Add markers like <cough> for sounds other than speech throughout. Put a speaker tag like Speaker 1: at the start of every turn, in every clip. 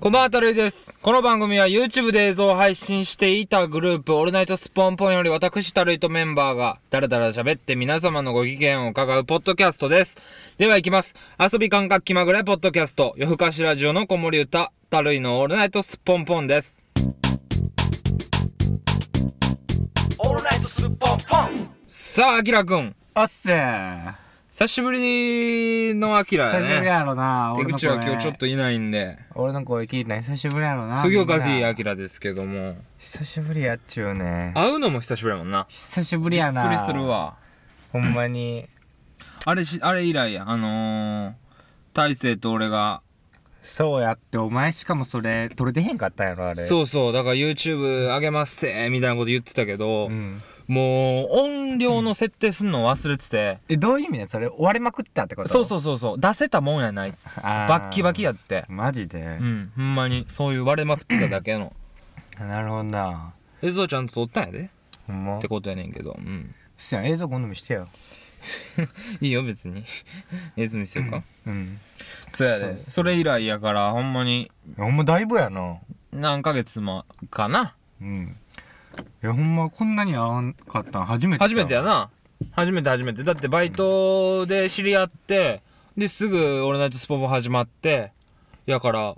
Speaker 1: こんばんは、たるいです。この番組は YouTube で映像を配信していたグループ、オールナイトスッポンポンより私、たるいとメンバーが、だらだら喋って皆様のご意見を伺うポッドキャストです。では行きます。遊び感覚気まぐれポッドキャスト、夜更かしラジオの子守歌、たるいのオールナイトスッポンポンです。
Speaker 2: オールナイトスッポンポン
Speaker 1: さあ、あきらくん。
Speaker 2: おっせー
Speaker 1: 久しぶりのあきらやね。
Speaker 2: 久しぶりやろな
Speaker 1: 出
Speaker 2: 俺の
Speaker 1: 口
Speaker 2: 声
Speaker 1: は今日ちょっといないんで、
Speaker 2: 俺の声聞いたの久しぶりやろな
Speaker 1: 杉
Speaker 2: み
Speaker 1: 岡
Speaker 2: んな
Speaker 1: D あきらですけども、
Speaker 3: 久しぶりやっちゅうね
Speaker 1: 会うのも久しぶりやもんな。
Speaker 2: 久しぶりや
Speaker 1: び
Speaker 2: な
Speaker 1: っくりするわ。
Speaker 3: ほんまに
Speaker 1: あれし、あれ以来や、あのー、大勢と俺が、
Speaker 2: そうやってお前しかもそれ
Speaker 3: 取れてへんかったんやろあれう
Speaker 1: そうそう、だから YouTube 上げますせーみたいなこと言ってたけど、
Speaker 3: ん
Speaker 1: もう音量の設定すんの忘れてて、
Speaker 3: えどういう意味だよそれ追われまくったってこと
Speaker 1: そう
Speaker 3: う
Speaker 1: そうそうそう、出せたもんやない。
Speaker 3: バ
Speaker 1: バッキバキやって。
Speaker 3: マジで
Speaker 1: う、ん、ほんまに、そういう割れまくってただけ <clears throat> の。
Speaker 3: なるほどな
Speaker 1: 映像ちゃんと撮ったんやでっ
Speaker 3: ほんま
Speaker 1: てことやねんけど、うん。
Speaker 3: すやん映像今度見してよ
Speaker 1: いいよ、別に。 <laughs> 映像見せようか。
Speaker 3: うん
Speaker 1: そうやで。それ以来やから、ほんまに、
Speaker 3: ほんまだいぶやな
Speaker 1: 何ヶ月もかな。
Speaker 3: うん
Speaker 2: いやほんまこんなに合わんかったん初めて
Speaker 1: <laughs> 初めてやな初めて初めてだってバイトで知り合ってですぐ「オールナイトスポボ」始まってやから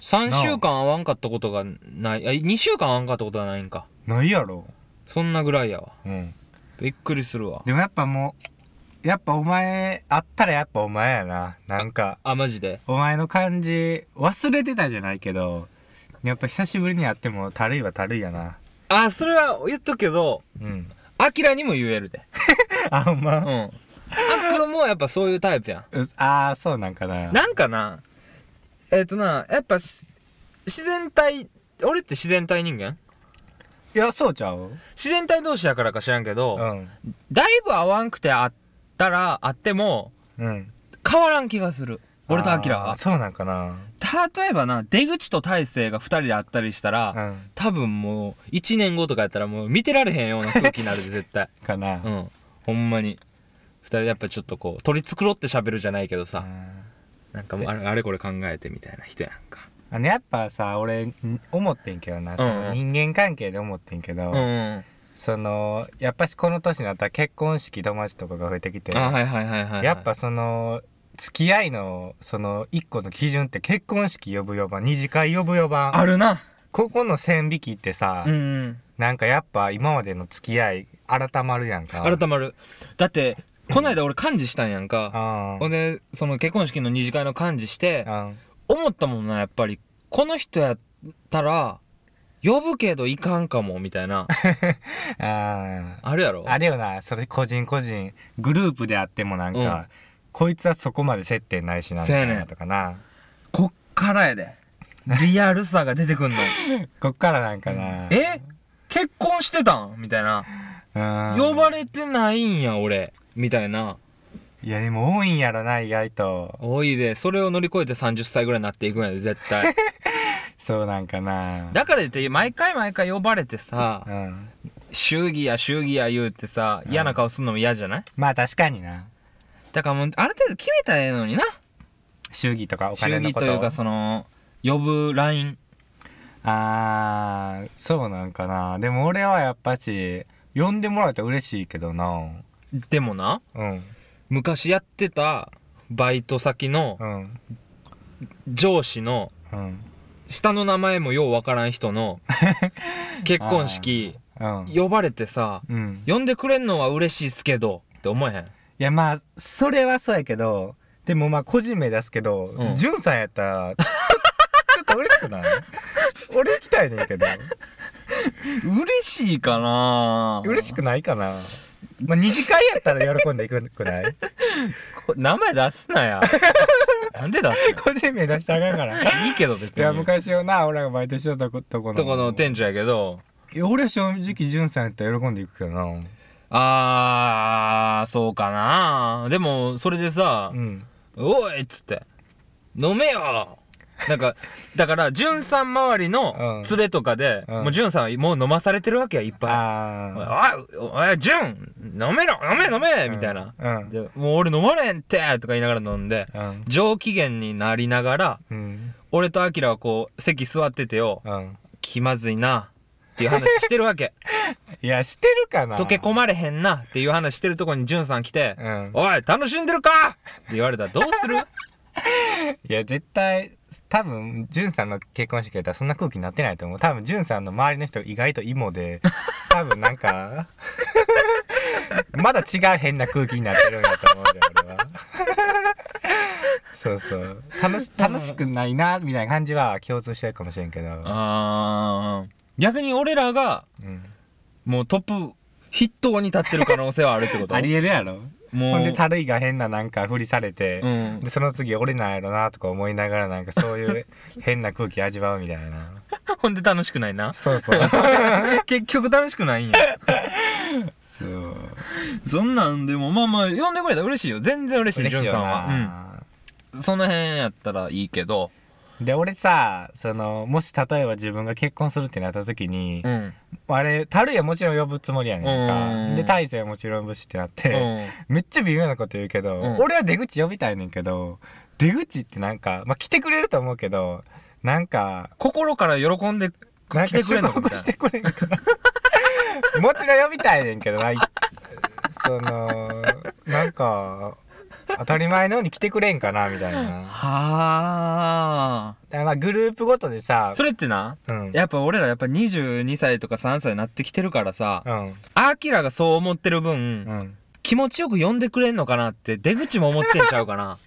Speaker 1: 3週間会わんかったことがないあ2週間会わんかったことはないんか
Speaker 3: ないやろ
Speaker 1: そんなぐらいやわ
Speaker 3: うん
Speaker 1: びっくりするわ
Speaker 3: でもやっぱもうやっぱお前あったらやっぱお前やななんか
Speaker 1: あマジで
Speaker 3: お前の感じ忘れてたじゃないけどやっぱ久しぶりに会ってもたるいはたるいやな
Speaker 1: あそれは言っとくけど
Speaker 3: うん <laughs>
Speaker 1: アキラにも言えるで
Speaker 3: あほん
Speaker 1: う
Speaker 3: ま
Speaker 1: んあっくんもやっぱそういうタイプやん
Speaker 3: うああそうなんかな
Speaker 1: なんかなえっ、となやっぱし自然体俺って自然体人間
Speaker 3: いやそうちゃう
Speaker 1: 自然体同士やからか知らんけど、
Speaker 3: うん
Speaker 1: だいぶ合わんくてあったらあっても
Speaker 3: うん
Speaker 1: 変わらん気がする俺とアキラ
Speaker 3: あ
Speaker 1: は
Speaker 3: ーそうなんかな
Speaker 1: 例えばな出口と大勢が2人で会ったりしたら、
Speaker 3: うん
Speaker 1: 多分もう1年後とかやったらもう見てられへんような空気になるで絶
Speaker 3: <laughs>
Speaker 1: 対
Speaker 3: かな
Speaker 1: う、んほんまに2人やっぱちょっとこう取り繕って喋るじゃないけどさ、
Speaker 3: うん
Speaker 1: なんかもうあれあれこれ考えてみたいな人やんか
Speaker 3: あのやっぱさ俺ん思ってんけどな、その人間関係で思ってんけど、
Speaker 1: うん、うん、
Speaker 3: そのやっぱしこの年になったら結婚式友達とかが増えてきて、
Speaker 1: あはいはいはいはいはい
Speaker 3: やっぱその付き合いのその一個の基準って結婚式呼ぶ呼ばん二次会呼ぶ呼ばん
Speaker 1: あるな
Speaker 3: ここの線引きってさ、
Speaker 1: うん、うん、
Speaker 3: なんかやっぱ今までの付き合い改まるやんか
Speaker 1: 改まるだってこないだ俺幹事したんやんか
Speaker 3: うん
Speaker 1: ほんでその結婚式の二次会の幹事して
Speaker 3: うん
Speaker 1: 思ったもんなやっぱりこの人やったら呼ぶけどいかんかもみたい <laughs> な
Speaker 3: あ
Speaker 1: あるやろ
Speaker 3: あれよなそれ個人個人グループであってもなんか、
Speaker 1: うん
Speaker 3: こいつはそこまで接点ないしなん
Speaker 1: せや
Speaker 3: だ
Speaker 1: ねん
Speaker 3: なとかな
Speaker 1: こっからやでリアルさが出てくんの
Speaker 3: こっからなんかな
Speaker 1: <laughs> え結婚してたんみたいな
Speaker 3: うん
Speaker 1: 呼ばれてないんや俺みたいない
Speaker 3: やでも多いんやろな意外と
Speaker 1: 多いでそれを乗り越えて30歳ぐらいになっていくんやで絶対
Speaker 3: そうなんかな
Speaker 1: <laughs> だから言って毎回毎回呼ばれて <laughs> さ
Speaker 3: うん
Speaker 1: 祝儀や祝儀や言うてさ嫌な顔すんのも嫌じゃない
Speaker 3: まあ確かにな
Speaker 1: だからもうある程度決めたらええのにな
Speaker 3: 祝儀とかお金
Speaker 1: 祝
Speaker 3: の
Speaker 1: 儀
Speaker 3: こと
Speaker 1: いうかその呼ぶライン
Speaker 3: あーそうなんかなでも俺はやっぱし呼んでもらえたら嬉しいけどな
Speaker 1: でもな
Speaker 3: うん
Speaker 1: 昔やってたバイト先の
Speaker 3: うん
Speaker 1: 上司の
Speaker 3: うん
Speaker 1: 下の名前もようわからん人 <laughs> の結婚式
Speaker 3: うん
Speaker 1: 呼ばれてさ
Speaker 3: うん
Speaker 1: 呼んでくれんのは嬉しいっすけどって思えへん
Speaker 3: いやまあそれはそうやけどでもまあ個人名出すけど、
Speaker 1: うん
Speaker 3: じゅんさんやったらちょ <laughs> ちょっと嬉しくない俺行きたいねんけど
Speaker 1: 嬉しいかな
Speaker 3: 嬉しくないかなまあ二次会やったら喜んでいくくない <laughs>
Speaker 1: こ名前出すなや <laughs> なんで出す
Speaker 3: 個人名出してあか
Speaker 1: <laughs>
Speaker 3: んからい
Speaker 1: のいいけど別に
Speaker 3: や昔よな俺がバイトしてたとことこの
Speaker 1: とこの店長やけど
Speaker 3: いや俺は正直じゅんさんやったら喜んでいくけどな
Speaker 1: あーそうかなでもそれでさ
Speaker 3: うん
Speaker 1: おいっつって飲めよなんかだから潤さん周りの連れとかで、
Speaker 3: う
Speaker 1: も
Speaker 3: ん
Speaker 1: う潤さんはもう飲まされてるわけやいっぱい「
Speaker 3: あ
Speaker 1: おいおい潤飲めろ飲め飲め!」みたいな、
Speaker 3: あうん
Speaker 1: でもう俺飲まれへんって!」とか言いながら飲んで
Speaker 3: うん
Speaker 1: 上機嫌になりながら
Speaker 3: うん
Speaker 1: 俺とアキラはこう、席座っててよ、
Speaker 3: うん。
Speaker 1: 気まずいな、っていう話してるわ
Speaker 3: <laughs>
Speaker 1: け。
Speaker 3: いや、してるかな
Speaker 1: 溶け込まれへんな、っていう話してるとこにジュンさん来て、
Speaker 3: うん
Speaker 1: おい、楽しんでるかって言われたらどうする
Speaker 3: いや、絶対、多分、じゅんさんの結婚式やったらそんな空気になってないと思う。多分、じゅんさんの周りの人意外とイモで、多分なんか、 <laughs> まだ違う変な空気になってるんやと思うんだよ、俺は。そうそう。楽し、楽しくないな、みたいな感じは共通してるかもしれんけど。
Speaker 1: あー逆に俺らが、
Speaker 3: うん。
Speaker 1: もうトップ、筆頭に立ってる可能性はあるってこと
Speaker 2: ありえるやろ
Speaker 1: もう。
Speaker 3: ほんで、たるいが変ななんか振りされて、
Speaker 1: うん
Speaker 3: で、その次俺なんやろな、とか思いながらなんかそ
Speaker 1: <laughs>
Speaker 3: ういう変な空気味わうみたいな。。
Speaker 1: ほんで楽しくないな
Speaker 3: そうそう。
Speaker 1: <laughs> 結局楽しくないんや。
Speaker 3: そう。
Speaker 1: そんなんでも、まあまあ、呼んでくれたら嬉しいよ。全然嬉しい、
Speaker 3: 嬉
Speaker 1: ジ
Speaker 3: しい
Speaker 1: ョン
Speaker 3: よ
Speaker 1: さんは。
Speaker 3: な。
Speaker 1: うん。その辺やったらいいけど。
Speaker 3: で俺さそのもし例えば自分が結婚するってなった時に、
Speaker 1: うん。
Speaker 3: あれタルイはもちろん呼ぶつもりやねん
Speaker 1: う
Speaker 3: か
Speaker 1: ん
Speaker 3: で大勢はもちろん呼ぶしってなっ
Speaker 1: う
Speaker 3: て、
Speaker 1: ん。
Speaker 3: めっちゃ微妙なこと言うけど、
Speaker 1: うん
Speaker 3: 俺は出口呼びたいねんけど出口ってなんか、まあ、来てくれると思うけどなんか
Speaker 1: 心から喜んで
Speaker 3: なん
Speaker 1: 来
Speaker 3: か
Speaker 1: てくれ
Speaker 3: 祝
Speaker 1: んのかみ
Speaker 3: 福
Speaker 1: たい
Speaker 3: してくれんかな <laughs> もちろん呼びたいねんけどないそのなんか当たり前のように来てくれんかなみたい
Speaker 1: な。
Speaker 3: な。
Speaker 1: はあ。
Speaker 3: だからまあグループごとでさ、
Speaker 1: それってな、
Speaker 3: うん、
Speaker 1: やっぱ俺らやっぱ22歳とか3歳になってきてるからさ、
Speaker 3: うん、
Speaker 1: アキラがそう思ってる分、
Speaker 3: うん。
Speaker 1: 気持ちよく呼んでくれんのかなって出口も思ってんちゃうか
Speaker 3: <laughs>
Speaker 1: な。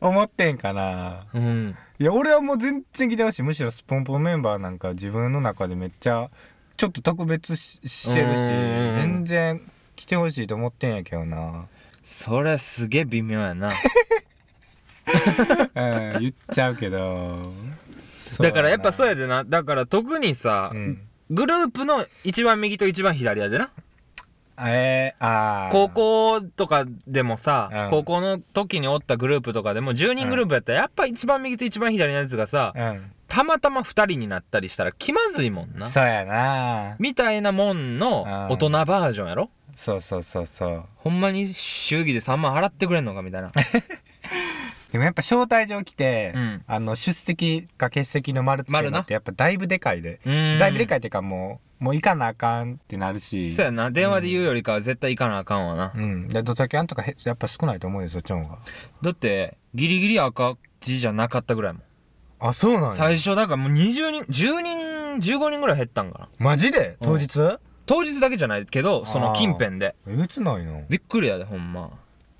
Speaker 3: 思ってんかな
Speaker 1: うん。
Speaker 3: いや俺はもう全然来てほしいむしろスポンポンメンバーなんか自分の中でめっちゃちょっと特別ししてるし
Speaker 1: うんうんうん
Speaker 3: 全然来てほしいと思ってんやけどな
Speaker 1: それすげえ微妙やな。
Speaker 3: うん言っちゃう
Speaker 1: <laughs>
Speaker 3: けど
Speaker 1: だからやっぱそう
Speaker 3: や
Speaker 1: やでな。だから特にさ、
Speaker 3: なうん
Speaker 1: グループの一番右と一番左やでな。
Speaker 3: えー、あー
Speaker 1: 高校とかでもさ、
Speaker 3: うん
Speaker 1: 高校の時におったグループとかでも10人グループやったらやっぱ一番右と一番左のやつがさ、
Speaker 3: う
Speaker 1: たまたま2人になったりしたら気まずいもん
Speaker 3: ん
Speaker 1: な。
Speaker 3: そうやな
Speaker 1: みたいなもんの大人バージョンやろ
Speaker 3: そうそうそうそう
Speaker 1: ほんまに祝儀で3万払ってくれんのかみたい
Speaker 3: <laughs>
Speaker 1: な。
Speaker 3: でもやっぱ招待状来て、
Speaker 1: うん
Speaker 3: あの出席か欠席の丸つけるのってやっぱだいぶでかいで
Speaker 1: うん
Speaker 3: だいぶでかいっていうかもうもう行かなあかんってなるし
Speaker 1: そうやな。電話で言うよりかは絶対行かなあかんわな。
Speaker 3: うん。で、ドタキャンとかへやっぱ少ないと思うよ、そっちの方が。
Speaker 1: だって、ギリギリ赤字じゃなかったぐらいもん。
Speaker 3: あ、そうなんや
Speaker 1: 最初だからもう20人、10人、15人ぐらい減ったんかな。
Speaker 3: マジで当日、
Speaker 1: 当日だけじゃないけど、その近辺で。
Speaker 3: えぐつないのや
Speaker 1: びっくりやで、ほんま。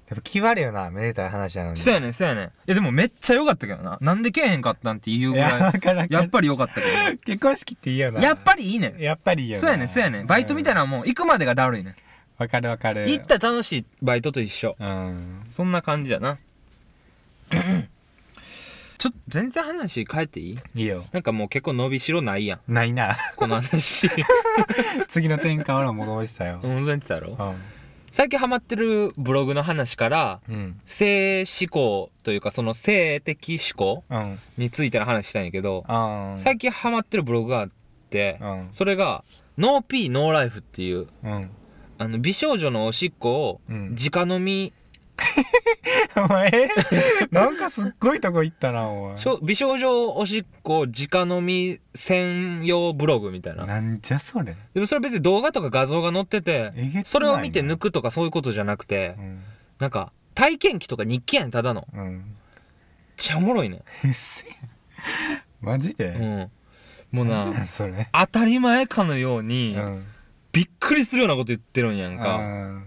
Speaker 3: っぱ気悪いよな、めでたい話なのに。
Speaker 1: そうやねん、そうやねん。いや、でもめっちゃ良かったけどな。なんでけえへんかったんって言う
Speaker 3: い
Speaker 1: ぐ
Speaker 3: や、
Speaker 1: ら
Speaker 3: わ
Speaker 1: い。
Speaker 3: からん
Speaker 1: やっぱり良かったけ
Speaker 3: 結婚式っていいよな。
Speaker 1: ど。やっぱりいいねん。
Speaker 3: やっぱりいいよな。
Speaker 1: そうやねん、そうやねん。バイトみたい
Speaker 3: な。
Speaker 1: なもん、行くまでがだるいね
Speaker 3: わかるわかる。
Speaker 1: ん。行ったら楽しいバイトと一緒。
Speaker 3: うん。
Speaker 1: そんな感じや
Speaker 3: <laughs>
Speaker 1: な。ちょっと全然話変えていい
Speaker 3: いいよ。
Speaker 1: なんかもう結構伸びしろないやん。
Speaker 3: ないな。 <laughs>
Speaker 1: この話。
Speaker 3: 次の展開俺は戻してたよ。
Speaker 1: <laughs> うん、そうやってたやろ
Speaker 3: うん。
Speaker 1: 最近ハマってるブログの話から、
Speaker 3: うん。
Speaker 1: 性思考というかその性的思考
Speaker 3: うん。
Speaker 1: についての話したんやけど、
Speaker 3: うん。
Speaker 1: 最近ハマってるブログがあって、
Speaker 3: うん
Speaker 1: それが、ノーピーノーライフっていう、
Speaker 3: うん。
Speaker 1: あの、美少女のおしっこを
Speaker 3: うん、
Speaker 1: 直飲み、
Speaker 3: お前、 <laughs> なんかすっごいとこ行ったな、お
Speaker 1: しょ美少女おしっこ直飲み専用ブログみたい
Speaker 3: 前。
Speaker 1: な。
Speaker 3: なんじゃそれ。
Speaker 1: でもそれ別に動画とか画像が載ってて
Speaker 3: えげつない、な
Speaker 1: それを見て抜くとかそういうことじゃなくて
Speaker 3: う、ん。
Speaker 1: なんか、体験記とか日記やねん、ただの。めっ
Speaker 3: うん。 <laughs>
Speaker 1: ちゃおもろいねん。
Speaker 3: うっせえマジで、
Speaker 1: うん。もう
Speaker 3: なんな
Speaker 1: な、
Speaker 3: んそれ。
Speaker 1: 当たり前かのよう
Speaker 3: う
Speaker 1: に、
Speaker 3: ん。
Speaker 1: びっくりするようなこと言ってるんやんか。
Speaker 3: う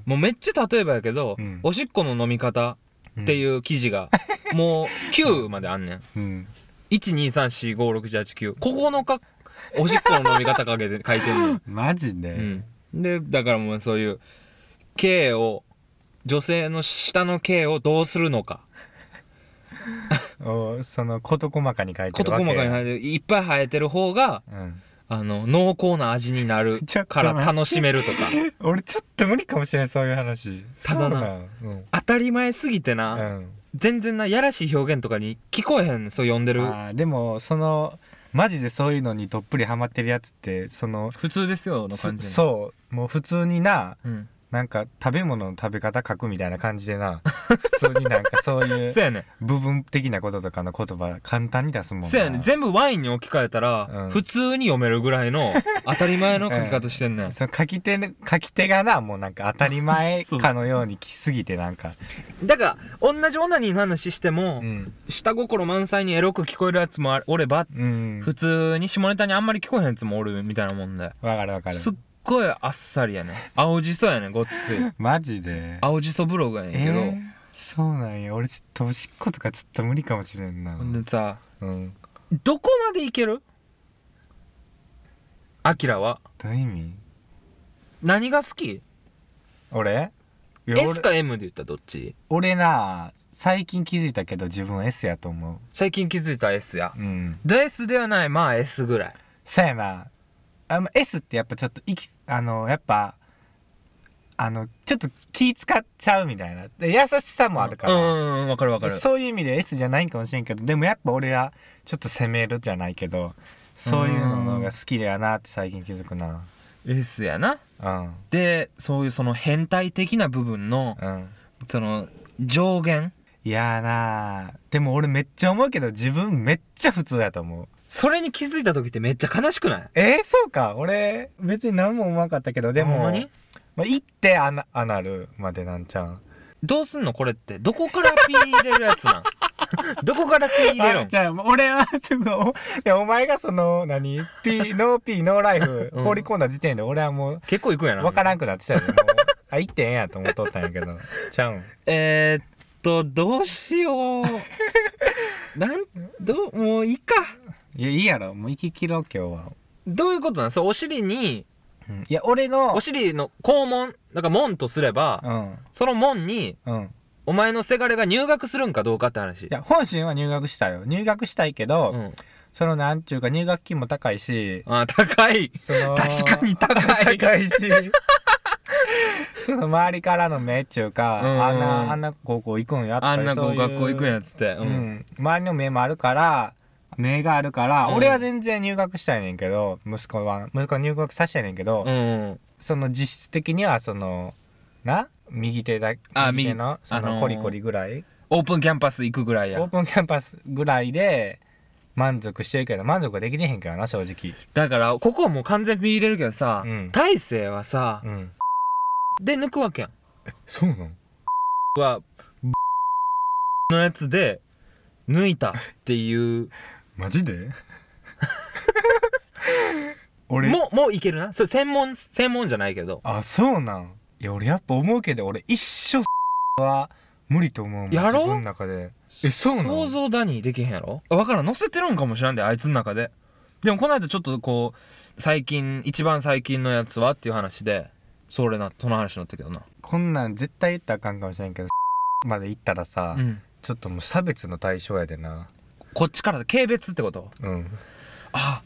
Speaker 1: もうめっちゃ例えばやけど、
Speaker 3: うん
Speaker 1: おしっこの飲み方
Speaker 3: ん
Speaker 1: っていう記事 <laughs> が、もう9まであんねん。
Speaker 3: うん。
Speaker 1: 1,2,3,4,5,6,7,8,9。9日、おしっこの飲み方かけて書いてんのよ。
Speaker 3: マジで、
Speaker 1: うん。で、だからもうそういう、K を、女性の下の K をどうするのか。
Speaker 3: おその事細かに書いて
Speaker 1: 事
Speaker 3: るわけ
Speaker 1: 細かに生えてるいっぱい生えてる方が、
Speaker 3: うん、
Speaker 1: あの、濃厚な味になる
Speaker 3: <laughs> ちょっと
Speaker 1: か
Speaker 3: 待っ
Speaker 1: ら
Speaker 3: て
Speaker 1: 楽しめる
Speaker 3: <laughs>
Speaker 1: とか。
Speaker 3: 俺ちょっと無理かもしれないそういう話
Speaker 1: ただな
Speaker 3: そう
Speaker 1: 当たり前すぎて
Speaker 3: な
Speaker 1: な、
Speaker 3: ん、うん
Speaker 1: 全然な、やらしい表現とかに聞こえへんねん、そう呼んで
Speaker 3: う
Speaker 1: る。
Speaker 3: ん、あーでもそのマジでそういうのにどっぷりハマってるやつってその
Speaker 1: 普通ですよ、の
Speaker 3: そ
Speaker 1: 感じ。
Speaker 3: そうもう普通にな
Speaker 1: う。うん。
Speaker 3: なんか食べ物の食べ方書くみたいな感じ
Speaker 1: <laughs>
Speaker 3: でな普通になんかそういう
Speaker 1: そうやね
Speaker 3: 部分的なこととかの言葉簡単に出すもんな
Speaker 1: そうやね全部ワインに置き換えたら、
Speaker 3: うん
Speaker 1: 普通に読めるぐらいの当たり前の書き方してんねん、
Speaker 3: その書き手の書き手がなもうなんか当たり前
Speaker 1: そう
Speaker 3: かのように来すぎてなんか
Speaker 1: だから同じオナニーの話しても、
Speaker 3: うん、
Speaker 1: 下心満載にエロく聞こえるやつもあおれば、
Speaker 3: うん、
Speaker 1: 普通に下ネタにあんまり聞こえへんやつもおるみたいなもんで
Speaker 3: わかるわかる
Speaker 1: すっごいあっさりやね青じそやねごっつい
Speaker 3: マジで
Speaker 1: 青じそブログやねんけど、
Speaker 3: えーそうなんや俺ちょっとおしっことかちょっと無理かもしれんな
Speaker 1: ほんでさ
Speaker 3: うん
Speaker 1: どこまでいけるアキラは
Speaker 3: どういう意味
Speaker 1: 何が好き
Speaker 3: 俺いや俺
Speaker 1: ?S か M で言ったらどっち
Speaker 3: 俺な最近気づいたけど自分 S やと思
Speaker 1: 最近気づいた S や
Speaker 3: ううん
Speaker 1: で S ではないまあ S ぐらい
Speaker 3: そやなあ、ま、S ってやっぱちょっと息あのやっぱあのちょっと気使っちゃうみたいなで優しさもあるから、
Speaker 1: うんうんうんわかるわかる
Speaker 3: そういう意味で S じゃないんかもしれんけどでもやっぱ俺はちょっと攻めるじゃないけどそういうのが好きだよなって最近気づくな
Speaker 1: S やな
Speaker 3: うん
Speaker 1: でそういうその変態的な部分の
Speaker 3: うん
Speaker 1: その上限
Speaker 3: いやーなーでも俺めっちゃ思うけど自分めっちゃ普通やと思う
Speaker 1: それに気づいた時ってめっちゃ悲しくない
Speaker 3: えー、そうか俺別に何も思わんかったけどでも
Speaker 1: ほんまに
Speaker 3: まあ、行ってアナアナルまでなんちゃうん
Speaker 1: どうすんのこれってどこからピー入れるやつ
Speaker 3: <laughs>
Speaker 1: なんどこからピー入れる
Speaker 3: あ
Speaker 1: ん
Speaker 3: じゃあ俺はちょっとおいやお前がその何 P ノー P ノーライフ
Speaker 1: うん
Speaker 3: 放り込んだ時点で俺はもう
Speaker 1: 結構いくんやな
Speaker 3: 分からんくなってたよねもうあ行ってええんやと思っとったんや <laughs> けどちゃうん
Speaker 1: えー、っとどうし
Speaker 3: <laughs>
Speaker 1: ようなんどうもういいか
Speaker 3: いやいいやろもう行ききろ今日は、
Speaker 1: どういうことなんそれお尻に
Speaker 3: うん、いや俺の
Speaker 1: お尻の肛門だから門とすれば
Speaker 3: うん
Speaker 1: その門に
Speaker 3: うん
Speaker 1: お前のせがれが入学するんかどうかって話
Speaker 3: いや本心は入学したよ入学したいけど、
Speaker 1: うん、
Speaker 3: そのなんちゅうか入学金も高いし
Speaker 1: あ高い
Speaker 3: その
Speaker 1: 確かに高い
Speaker 3: 高いし <laughs> その周りからの目っちゅうか、
Speaker 1: うん
Speaker 3: あんなあんな高校行くんやとか
Speaker 1: あんな
Speaker 3: そう
Speaker 1: 子
Speaker 3: いう
Speaker 1: 学校行くんやつって、
Speaker 3: う、
Speaker 1: うんん、
Speaker 3: 周りの目もあるから目があるから、
Speaker 1: うん
Speaker 3: 俺は全然入学したいねんけど息子は息子は入学させたいねんけど、
Speaker 1: うん、
Speaker 3: その実質的にはそのな右手だ
Speaker 1: あ
Speaker 3: 右手の
Speaker 1: 右
Speaker 3: そ
Speaker 1: あの
Speaker 3: の
Speaker 1: ー
Speaker 3: コリコリぐらい、
Speaker 1: オープンキャンパス行くぐらい
Speaker 3: オー
Speaker 1: や
Speaker 3: プンキャンパスぐらいで満足してるけど満足はできてへんからな正直
Speaker 1: だからここはもう完全に見入れるけどさ、
Speaker 3: うん
Speaker 1: 大勢はさ、
Speaker 3: うん
Speaker 1: で抜くわけやん
Speaker 3: そうなん
Speaker 1: は <laughs> のやつで抜いたっていう
Speaker 3: マジで <laughs> 俺
Speaker 1: もうもういけるなそれ専門専門じゃないけど
Speaker 3: あそうなんいや俺やっぱ思うけど俺一生は無理と思うもん
Speaker 1: やろ
Speaker 3: 自分の中でえそうなの
Speaker 1: 想像だにできへんやろわからん乗せてるんかもしらんであいつの中ででもこの間ちょっとこう最近一番最近のやつはっていう話でそれなその話になったけどな
Speaker 3: こんなん絶対言ったらあかんかもしれんけどまで行ったらさ、
Speaker 1: うん
Speaker 3: ちょっともう差別の対象やでな
Speaker 1: こっちから軽蔑ってこと
Speaker 3: うん
Speaker 1: あ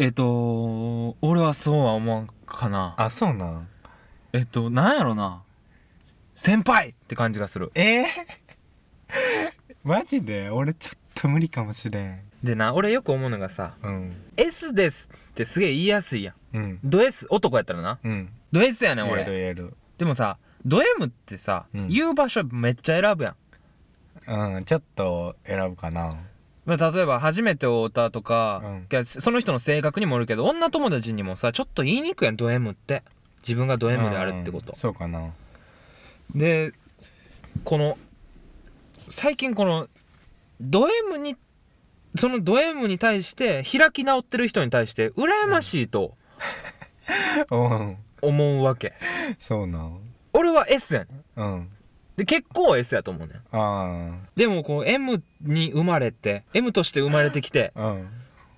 Speaker 1: えっ、と俺はそうは思うかな
Speaker 3: あそうなん
Speaker 1: えっ、となんやろな先輩って感じがする
Speaker 3: えー、マジで俺ちょっと無理かもしれん
Speaker 1: でな俺よく思うのがさ
Speaker 3: うん
Speaker 1: 「S です」ってすげえ言いやすいやん
Speaker 3: うん
Speaker 1: ド S 男やったらな
Speaker 3: うん
Speaker 1: ド S やねん
Speaker 3: 言える言
Speaker 1: 俺
Speaker 3: える
Speaker 1: でもさド M ってさ、
Speaker 3: うん
Speaker 1: 言う場所めっちゃ選ぶやん、
Speaker 3: うんちょっと選ぶかな
Speaker 1: まあ、例えば初めて会うたとか、
Speaker 3: うん
Speaker 1: いやその人の性格にもよるけど女友達にもさちょっと言いにくいやんド M って自分がド M であるってこ
Speaker 3: う
Speaker 1: と
Speaker 3: ん、そうかな
Speaker 1: でこの最近このド M にそのド M に対して開き直ってる人に対して羨ましいと
Speaker 3: うん
Speaker 1: 思うわけ、
Speaker 3: そうなん
Speaker 1: 俺は S やねん
Speaker 3: うん
Speaker 1: で結構 S やと思うねん
Speaker 3: あ
Speaker 1: でもこう M に生まれて M として生まれてきて
Speaker 3: あうん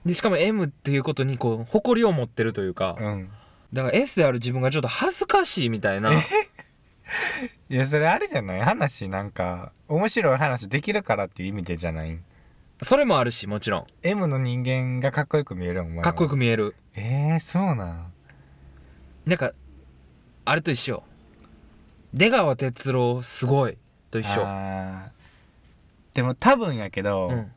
Speaker 1: でしかも M っていうことにこう誇りを持ってるというか
Speaker 3: うん
Speaker 1: だから S である自分がちょっと恥ずかしいみたいない
Speaker 3: やそれあれじゃない話なんか面白い話できるからっていう意味でじゃない
Speaker 1: それもあるしもちろん
Speaker 3: M の人間がかっこよく見えるお前は
Speaker 1: かっこよく見える
Speaker 3: えー、そうなん
Speaker 1: なんかあれと一緒出川哲朗すごいと一緒
Speaker 3: あーでも多分やけど、
Speaker 1: うん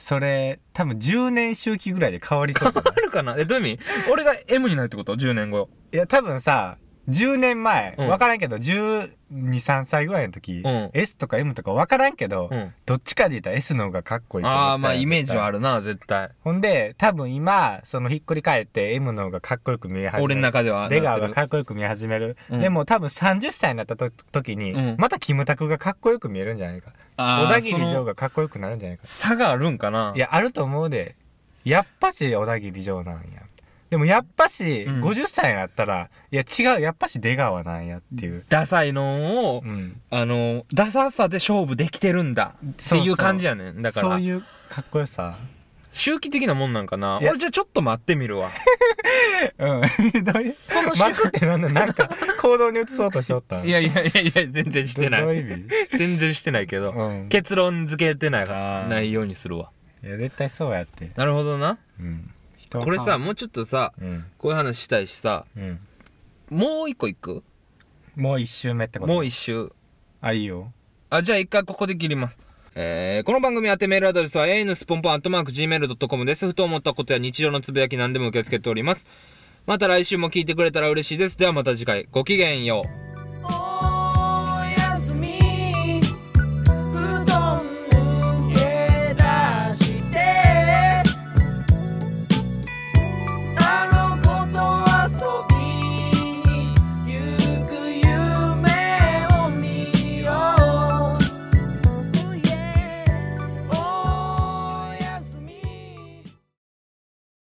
Speaker 3: それ多分10年周
Speaker 1: <laughs>
Speaker 3: 期ぐらいで変わりそうじゃない
Speaker 1: あるかなえどういう意味俺が M になるってこと10年後
Speaker 3: いや多分さ10年前、
Speaker 1: うん
Speaker 3: わからんけど、12、3歳ぐらいの時、
Speaker 1: うん
Speaker 3: S とか M とかわからんけど、
Speaker 1: うん
Speaker 3: どっちかで言ったら S の方がかっこいいと思ってた
Speaker 1: あ
Speaker 3: よ
Speaker 1: あ、まあイメージはあ
Speaker 3: 絶対
Speaker 1: るな、絶対。
Speaker 3: ほんで、多分今、そのひっくり返って M の方がかっこよく見え始める。
Speaker 1: 俺の中ではなって
Speaker 3: 出
Speaker 1: る。
Speaker 3: 川がかっこよく見え始める。
Speaker 1: うん
Speaker 3: でも多分30歳になったと時に、
Speaker 1: うん
Speaker 3: またキムタクがかっこよく見えるんじゃないか。
Speaker 1: あー
Speaker 3: 小田切
Speaker 1: そ
Speaker 3: 城
Speaker 1: の
Speaker 3: がかっこよくなるんじゃないか。
Speaker 1: 差があるんかない
Speaker 3: や、あると思うで。やっぱし小田切城なんや。でもやっぱし
Speaker 1: うん
Speaker 3: 50歳になったら、いや違う、やっぱし出川なんやっていう。
Speaker 1: ダサいのを
Speaker 3: う、ん。
Speaker 1: あの、ダサさで勝負できてるんだって
Speaker 3: そう
Speaker 1: い
Speaker 3: そう
Speaker 1: う感じやねん。だから
Speaker 3: そう、いうかっこよ
Speaker 1: <laughs>
Speaker 3: さ。
Speaker 1: 周期的なもんなんかない
Speaker 3: や
Speaker 1: 俺じゃあちょっと待ってみるわ。
Speaker 3: うん。 <laughs> どういう
Speaker 1: その
Speaker 3: <laughs> 巻くってなんだなんか行動に移そうとしよった
Speaker 1: <laughs>
Speaker 3: ん
Speaker 1: いやいやいやいや、 <laughs> 全然してな
Speaker 3: どう
Speaker 1: い。
Speaker 3: いう意味
Speaker 1: 全然してないけど、
Speaker 3: うん
Speaker 1: 結論付けてない
Speaker 3: あー
Speaker 1: ないようにするわ。
Speaker 3: いや絶対そうやって。
Speaker 1: なるほどな。
Speaker 3: うん。人は
Speaker 1: これさ、、もうちょっとさ、
Speaker 3: うん。
Speaker 1: こういう話したいしさ、
Speaker 3: うん。
Speaker 1: もう一個いく
Speaker 3: もう一周目ってこと
Speaker 1: もう一周。
Speaker 3: あ、いいよ。
Speaker 1: あ、じゃあ一回ここで切ります。えー、この番組宛てメールアドレスは a n s p o n p o n g m a i l c o m です。ふと思ったことや日常のつぶやき何でも受け付けております。また来週も聞いてくれたら嬉しいです。ではまた次回。ごきげんよ
Speaker 4: 「
Speaker 1: う。
Speaker 4: お